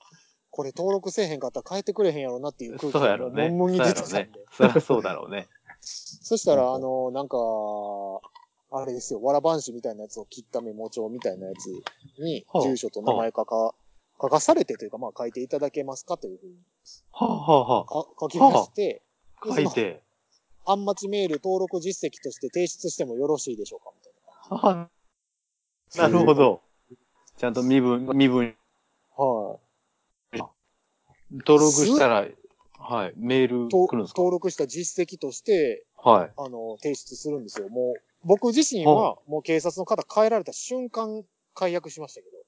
これ登録せえへんかったら変えてくれへんやろなっていう空気そうやろがうね。もんもんにそう出やてろたんうで。ね。そりゃそうだろうね。そしたら、あの、なんか、あれですよ、わらばんしみたいなやつを切ったメモ帳みたいなやつにほ、う住所と名前書か、書かされてというか、まあ書いていただけますかというふうにはあ、はあはか書きまして、あ、書いて。アンマチメール登録実績として提出してもよろしいでしょうかみたいあ なるほど。ちゃんと身分、身分、な。はい。登録したら、はい、メールと来るんですか登録した実績として、はい。あの、提出するんですよ。もう、僕自身は、もう警察の方変えられた瞬間、解約しましたけど。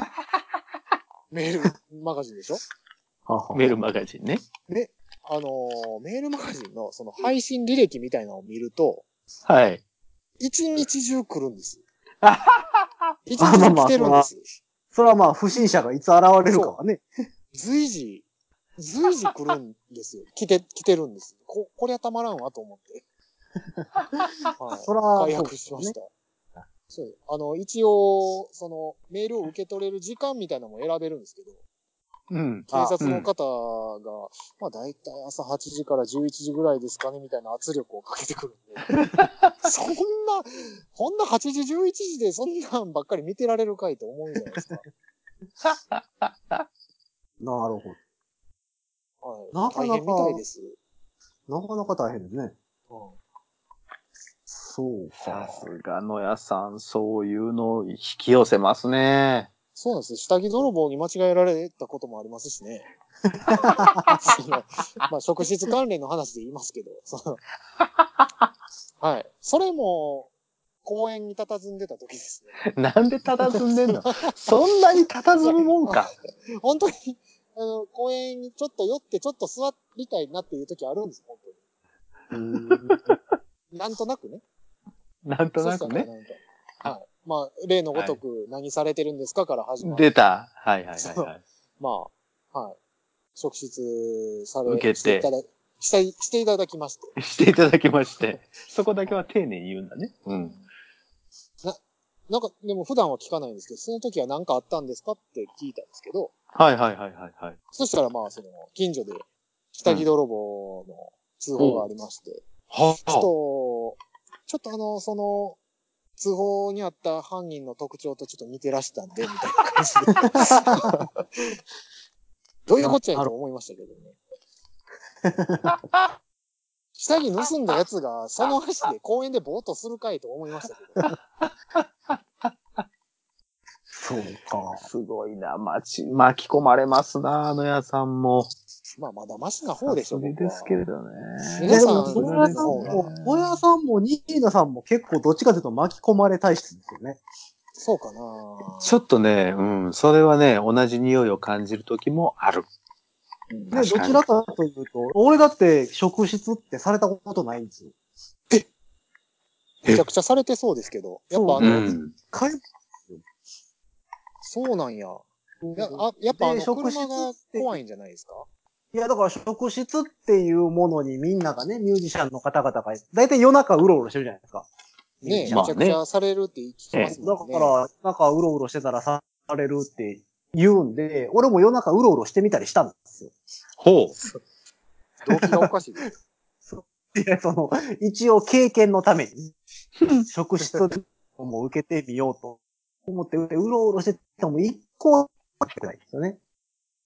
メールマガジンでしょメールマガジンね。ね。あの、メールマガジンの、その配信履歴みたいなのを見ると、はい。一日中来る んです。一あ日まあ中まあ来てるんです。それはまあ、不審者がいつ現れるかはね。随時、随時来るんですよ。来て、来てるんです。こ、こりゃたまらんわと思 って。はい、そら解約しました。そうですあの、一応、その、メールを受け取れる時間みたいなのも選べるんですけど、うん。警察の方が、まあ大体朝8時から11時ぐらいですかね、みたいな圧力をかけてくるん で、そんな、こんな8時11時でそんなんばっかり見てられるかいと思うじゃないですか。なるほはい、なかなか大変みたいです。ど。なかなか大変ですね。うんそうさか。すがのやさん、そういうの引き寄せます ね。そうなんですよ。下着泥棒に間違えられたこともありますしね。 そのまあ、職質関連の話で言いますけど。そのはい。それも、公園に佇んでた時ですなんで佇んでんのそんなに佇むもんか。ね。本当に、あの、公園にちょっと寄って、ちょっと座りたいなっていう時あるんです、本当に。なんとなくね。 なんとなくそしたらね。なんかはい。まあ、例のごとく、何されてるんですかから始まる。出た。はいはいはい、はい。まあ、はい。職質され受けてしていただ、していしていただきまして。していただきまして。そこだけは丁寧に言うんだね。うん。なんか、でも普段は聞かないんですけど、その時は何かあったんですかって聞いたんですけど、はいはいはいはいはい。そしたらまあ、その、近所で、下着泥棒の通報がありまして、はちょっと、ちょっとあの、その、通報にあった犯人の特徴とちょっと似てらしたんで、みたいな感じで。どういうこっちゃやと思いましたけどね。下着盗んだやつが、その足で公園でぼーっとするかいと思いましたけど。そうか。すごいな。巻き、巻き込まれますな、野屋さんも。まあ、まだマシな方でしょ、さすが僕では。すけれどね。皆さ んでも、野屋皆ささんんもも、野屋さんも、ニーナさんも結構どっちかというと巻き込まれ体質ですよね。そうかなちょっとね、うん、それはね、同じ匂いを感じる時もある。ね、確かどにちらかというと、俺だって職質ってされたことないんですよ。めちゃくちゃされてそうですけど。やっぱそあううの、ん。かいそうなんや。いやあやっぱあの、で職質車がって怖いんじゃないですかいや、だから職質っていうものにみんながね、ミュージシャンの方々が、だいたい夜中うろうろしてるじゃないですか。ねえ、まめあちねゃくちゃされるって聞きますだもんね。から、中うろうろしてたらされるって言うんで、俺も夜中うろうろしてみたりしたんですよ。ほ動機がおかしいです。いや、その、一応経験のために、職質も受けてみようと思って、うろうろしてても一個も来てないですよね。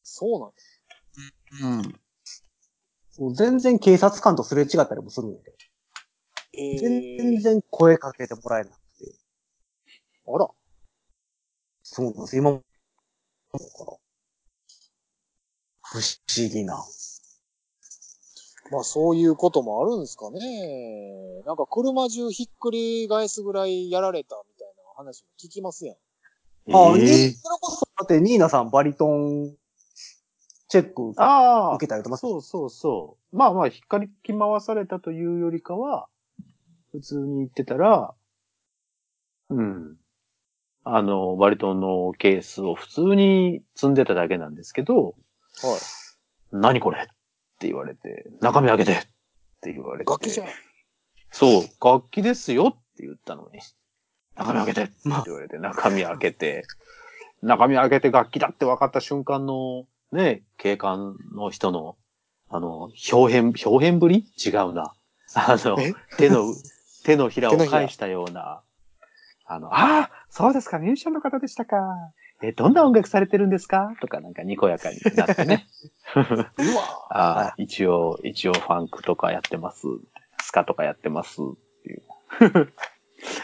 そうなんです。う。うん。そう全然警察官とすれ違ったりもするんで、全え然声かけてもらえなくて。ー、あら、そうなんです、今も。だから不思議な。まあそういうこともあるんですかね。なんか車中ひっくり返すぐらいやられたみたいな話も聞きますやん。あ、えねーそれこそ、だって、ニーナさんバリトンチェック受ああけ。たりとか、そうそうそう。まあまあ、引っかき回されたというよりかは、普通に言ってたら、うん。あの、バリトンのケースを普通に積んでただけなんですけど、はい。何これって言われて、中身開けてって言われて。楽器じゃん。そう、楽器ですよって言ったのに、中身開けてって言われて、中身開けて、中身開けて楽器だって分かった瞬間の、ね、警官の人の、あの、表変、表変ぶり違うな。あのえ、手の、手のひら手をのひら返したような、あの、ああそうですか、ミュージシャンの方でしたか。え、どんな音楽されてるんですかとかなんかにこやかになってね。うわああ、一応、一応ファンクとかやってます。スカとかやってます。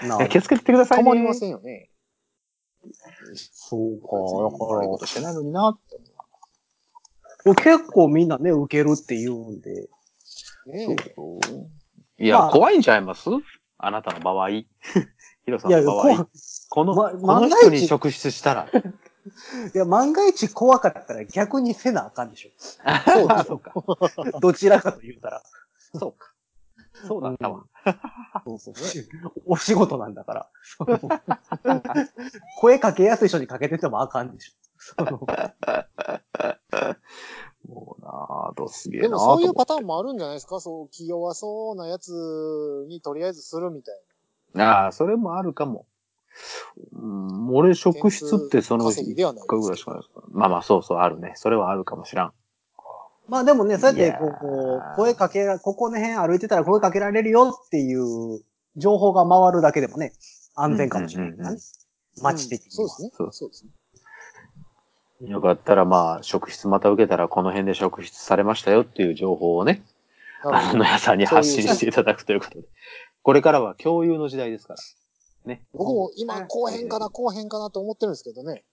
ないや気をつけてってくださ止いね。まりませんよね。そうああ、だから。悪いことしてないのになって思これ結構みんなね、受けるって言うんで。ねうえ。いや、まあ怖いんちゃいますあなたの場合。 ヒロさんいや、のいや場怖い合。この、まこの万が人一に職質したら。いや、万が一怖かったら逆にせなあかんでしそうだ、そうか。ょ。どちらかと言うたら。そうか。そうだったわ。そうそう。お仕事なんだから。 声かけやすい人にかけててもあかんでしょ。そのもうなあ、どうすげえなでもそういうパとターンもあるんじゃないですかそう、気弱そうなやつにとりあえずするみたいああ、それもあるかも。うん、俺、な。職質ってその、点数稼ぎ一ではない回ぐらいしかないですから。まあまあ、そうそう、あるね。それはあるかもしらん。まあでもね、そうやってこいうやーこう、声かけら、ここの辺歩いてたら声かけられるよっていう情報が回るだけでもね、安全かもしれないからうんうんね。街的にそうはですね。そうそうですね。よかったら、まあ、職質また受けたら、この辺で職質されましたよっていう情報をね、なるあほのど野屋さんに発信していただくということで。これからは共有の時代ですから。僕も今、後編かな、後編かなと思ってるんですけどね。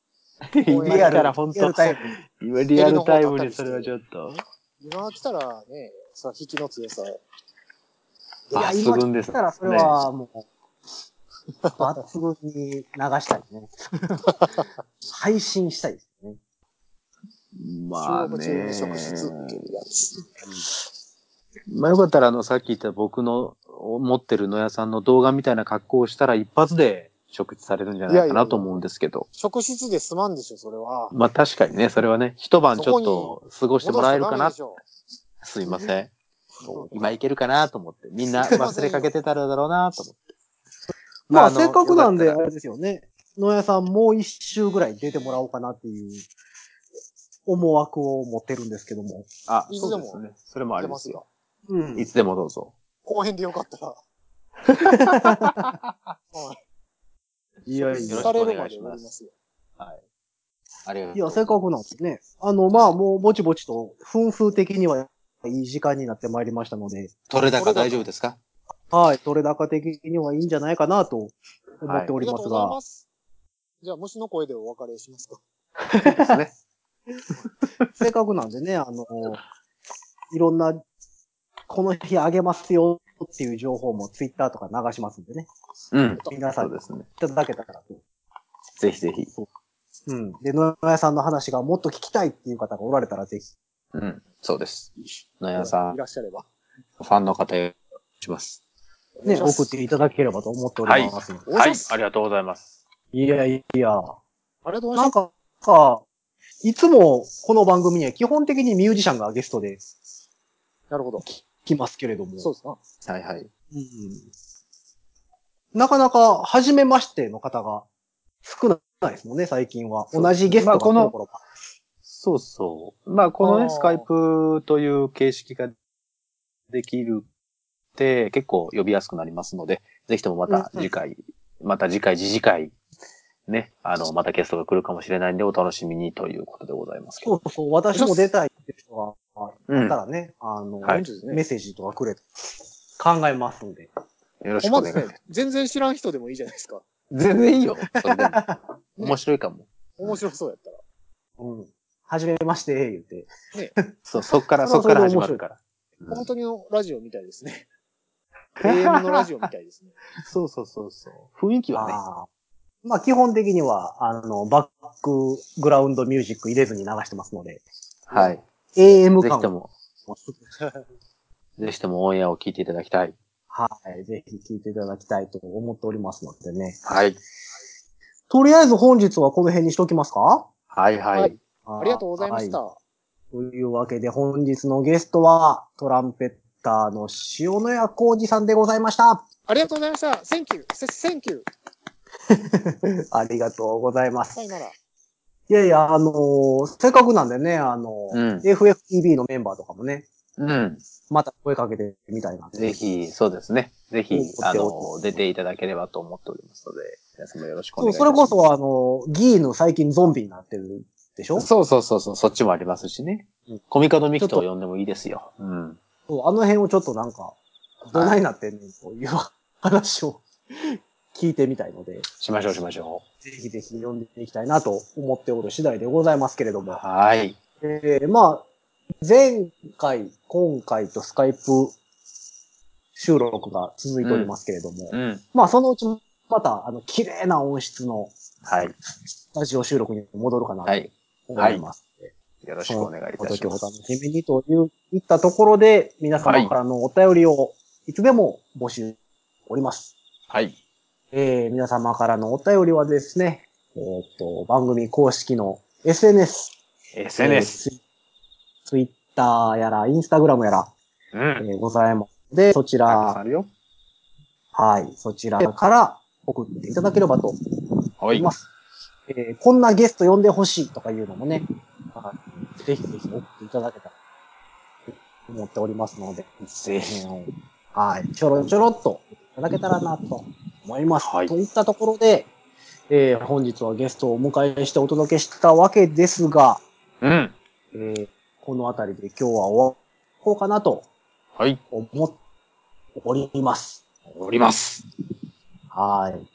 今リアルから本リアル当、タイム今リアルタイムにそれはちょっと、今来たらね、さ、引きの強さ。いや、抜今群聞でいすたらそれはもう、抜 群に流したいね。配信したいですね。まあ収録中ねに。食室っていうやつ。まあよかったら、あの、さっき言った僕の持ってる野屋さんの動画みたいな格好をしたら一発で食事されるんじゃないかなと思うんですけど。職質ですまんでしょ、それは。まあ確かにね、それはね、一晩ちょっと過ごしてもらえるかな戻。しちゃダメでしすいません。今いけるかなと思って。みんな忘れかけてたらだろうなと思って。まあ、のせっかくなんで、よあかっれですよね。野屋さんもう一周ぐらい出てもらおうかなっていう思惑を持ってるんですけども。たらあ、いつでそもうですね。それもょあ出りまますすよよ。。うんいつでもどうぞ。後編でよかったら。いやいよやろし。さくれおる願まいでしやまりますすよ。ありがとういや、せっかくなんですね。あの、まあ、もうぼちぼちと、分数的にはいい時間になってまいりましたので、取れ高取れ高大丈夫ですかはい、取れ高的にはいいんじゃないかなと思っておありりがまとうすございが、ます。じゃあ、虫の声でお別れしますか。ですね。せっかくなんでね、あの、いろんな、この日あげますよっていう情報もツイッターとか流しますんでね、うん。皆さそんうにでいすね。ただけたらと。ぜひぜひ。うん。で、野屋さんの話がもっと聞きたいっていう方がおられたらぜひ。うん。そうです。野屋さんい、らっしゃれば。ファンの方よろしくお願いします。ね、お願いします送っていただければと思っております。お願いします。りがとうございます。い、やいや。ありがとうございなまんす。か、かいつもこの番組には基本的にミュージシャンがゲストでなるほど。来ますけれども。そうですな。はいはい。うんなかなか、初めましての方が少ないですもんね、最近は。そう同じゲストが来まあるこ頃そうそう。まあ、このあーね、スカイプという形式ができるって、結構呼びやすくなりますので、ぜひともまたうんうん次回、また次回、次次回、ね、あの、またゲストが来るかもしれないんで、お楽しみにということでございますけど。そうそう、私も出たいって人がういん。たよらね、あの、はい本日メッね。セージとかくれて考えますんで。ろしく困おっ願いてします。ね、全然知らん人でもいいじゃないですか。全然いいよ。それでも面白いかも。面白そうやったら。うん。はじめまして、言って。そう、そっから、それそはっから始それで面ま白いるから。うん本当にのラジオみたいで すね。AM のラジオみたいですね。そうそうそうそう。雰囲気はね。あーまあ、基本的には、あの、バックグラウンドミュージック入れずに流してますので、はい。 AM ぜひと感を。も、ぜひともオンエアを聞いていただきたい。はい。ぜひ聞いていただきたいと思っておりますのでね。はい。とりあえず本日はこの辺にしときますかはいはい。はいありがとうございました。はというわけで本日のゲストは、トランペッターの塩野谷浩二さんでございました。ありがとうございました。Thank you. Thank you. ありがとうございますさ。よなら。いやいや、あのーせっかくなんでね、あのうんー FFTV のメンバーとかもね、うん。また声かけてみたいなんで。ぜひ、そうですね。ぜひうん、あおの、出ていただければと思っておりますので、皆様よろしくおそ願う、いしそます。れこそあのーギーヌ最近ゾンビになってるでしょそうそうそうそう、そっちもありますしねうん。コミカドミキちょとっ呼んでもいいですよ。うん。そうあの辺をちょっとなんか、どないなってんねんという話を 聞いてみたいので、しましょうしましょぜひぜひ読んでいきたいなと思っておる次第でございますけれどう。も。はい。えーまあ、前回、今回とスカイプ収録が続いておりますけれども、うん。まあそのうちまた、あの、綺麗な音質のはい。スタジオ収録に戻るかなはとい。思います。よろしくお願いいたしごますお。楽しみにという、いったところで、皆様からのお便りをいつでも募集しております。はい。えー皆様からのお便りはですね、えーっと、番組公式の SNS。 SNS。えー。ツイッターやら、インスタグラムやら、うえん。ーございますので、そちたくさんあら、るよ。はい、そちらから送っていただければとは思いいま。す。えーこんなゲスト呼んでほしいとかいうのもね、はいぜひぜひ送っていただけたらと思っておりますので、ぜひ。はい、ちょろちょろっといただけたらなと思います。はいといったところで、えー本日はゲストをお迎えしてお届けしたわけですが、うん。えーこの辺りで今日は終わろうかなとはい。思っております。おります。はい。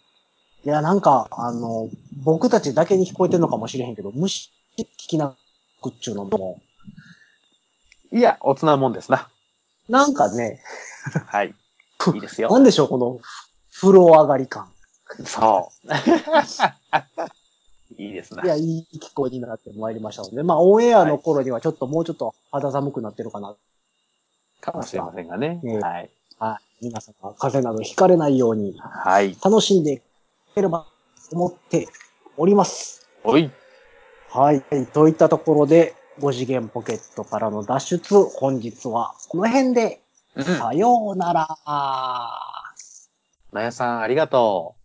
いや、なんか、あの、僕たちだけに聞こえてるのかもしれへんけど、虫聞きなくっちゅうのも、いや、大人もんですな。なんかね、 はい。いいですよな。んでしょう、この、風呂上がり感。そう。 いいですいや、な。いい気候になってまいりましたので、まあ、オンエアの頃にはちょっともうちょっと肌寒くなってるかな。かもしれませんがね。ねはい。はい。皆さんは風邪などひかれないようにはい。楽しんでいければと思っております。おい。はい。といったところで、5次元ポケットからの脱出、本日はこの辺で、うん。さようなら。なやさん、ありがとう。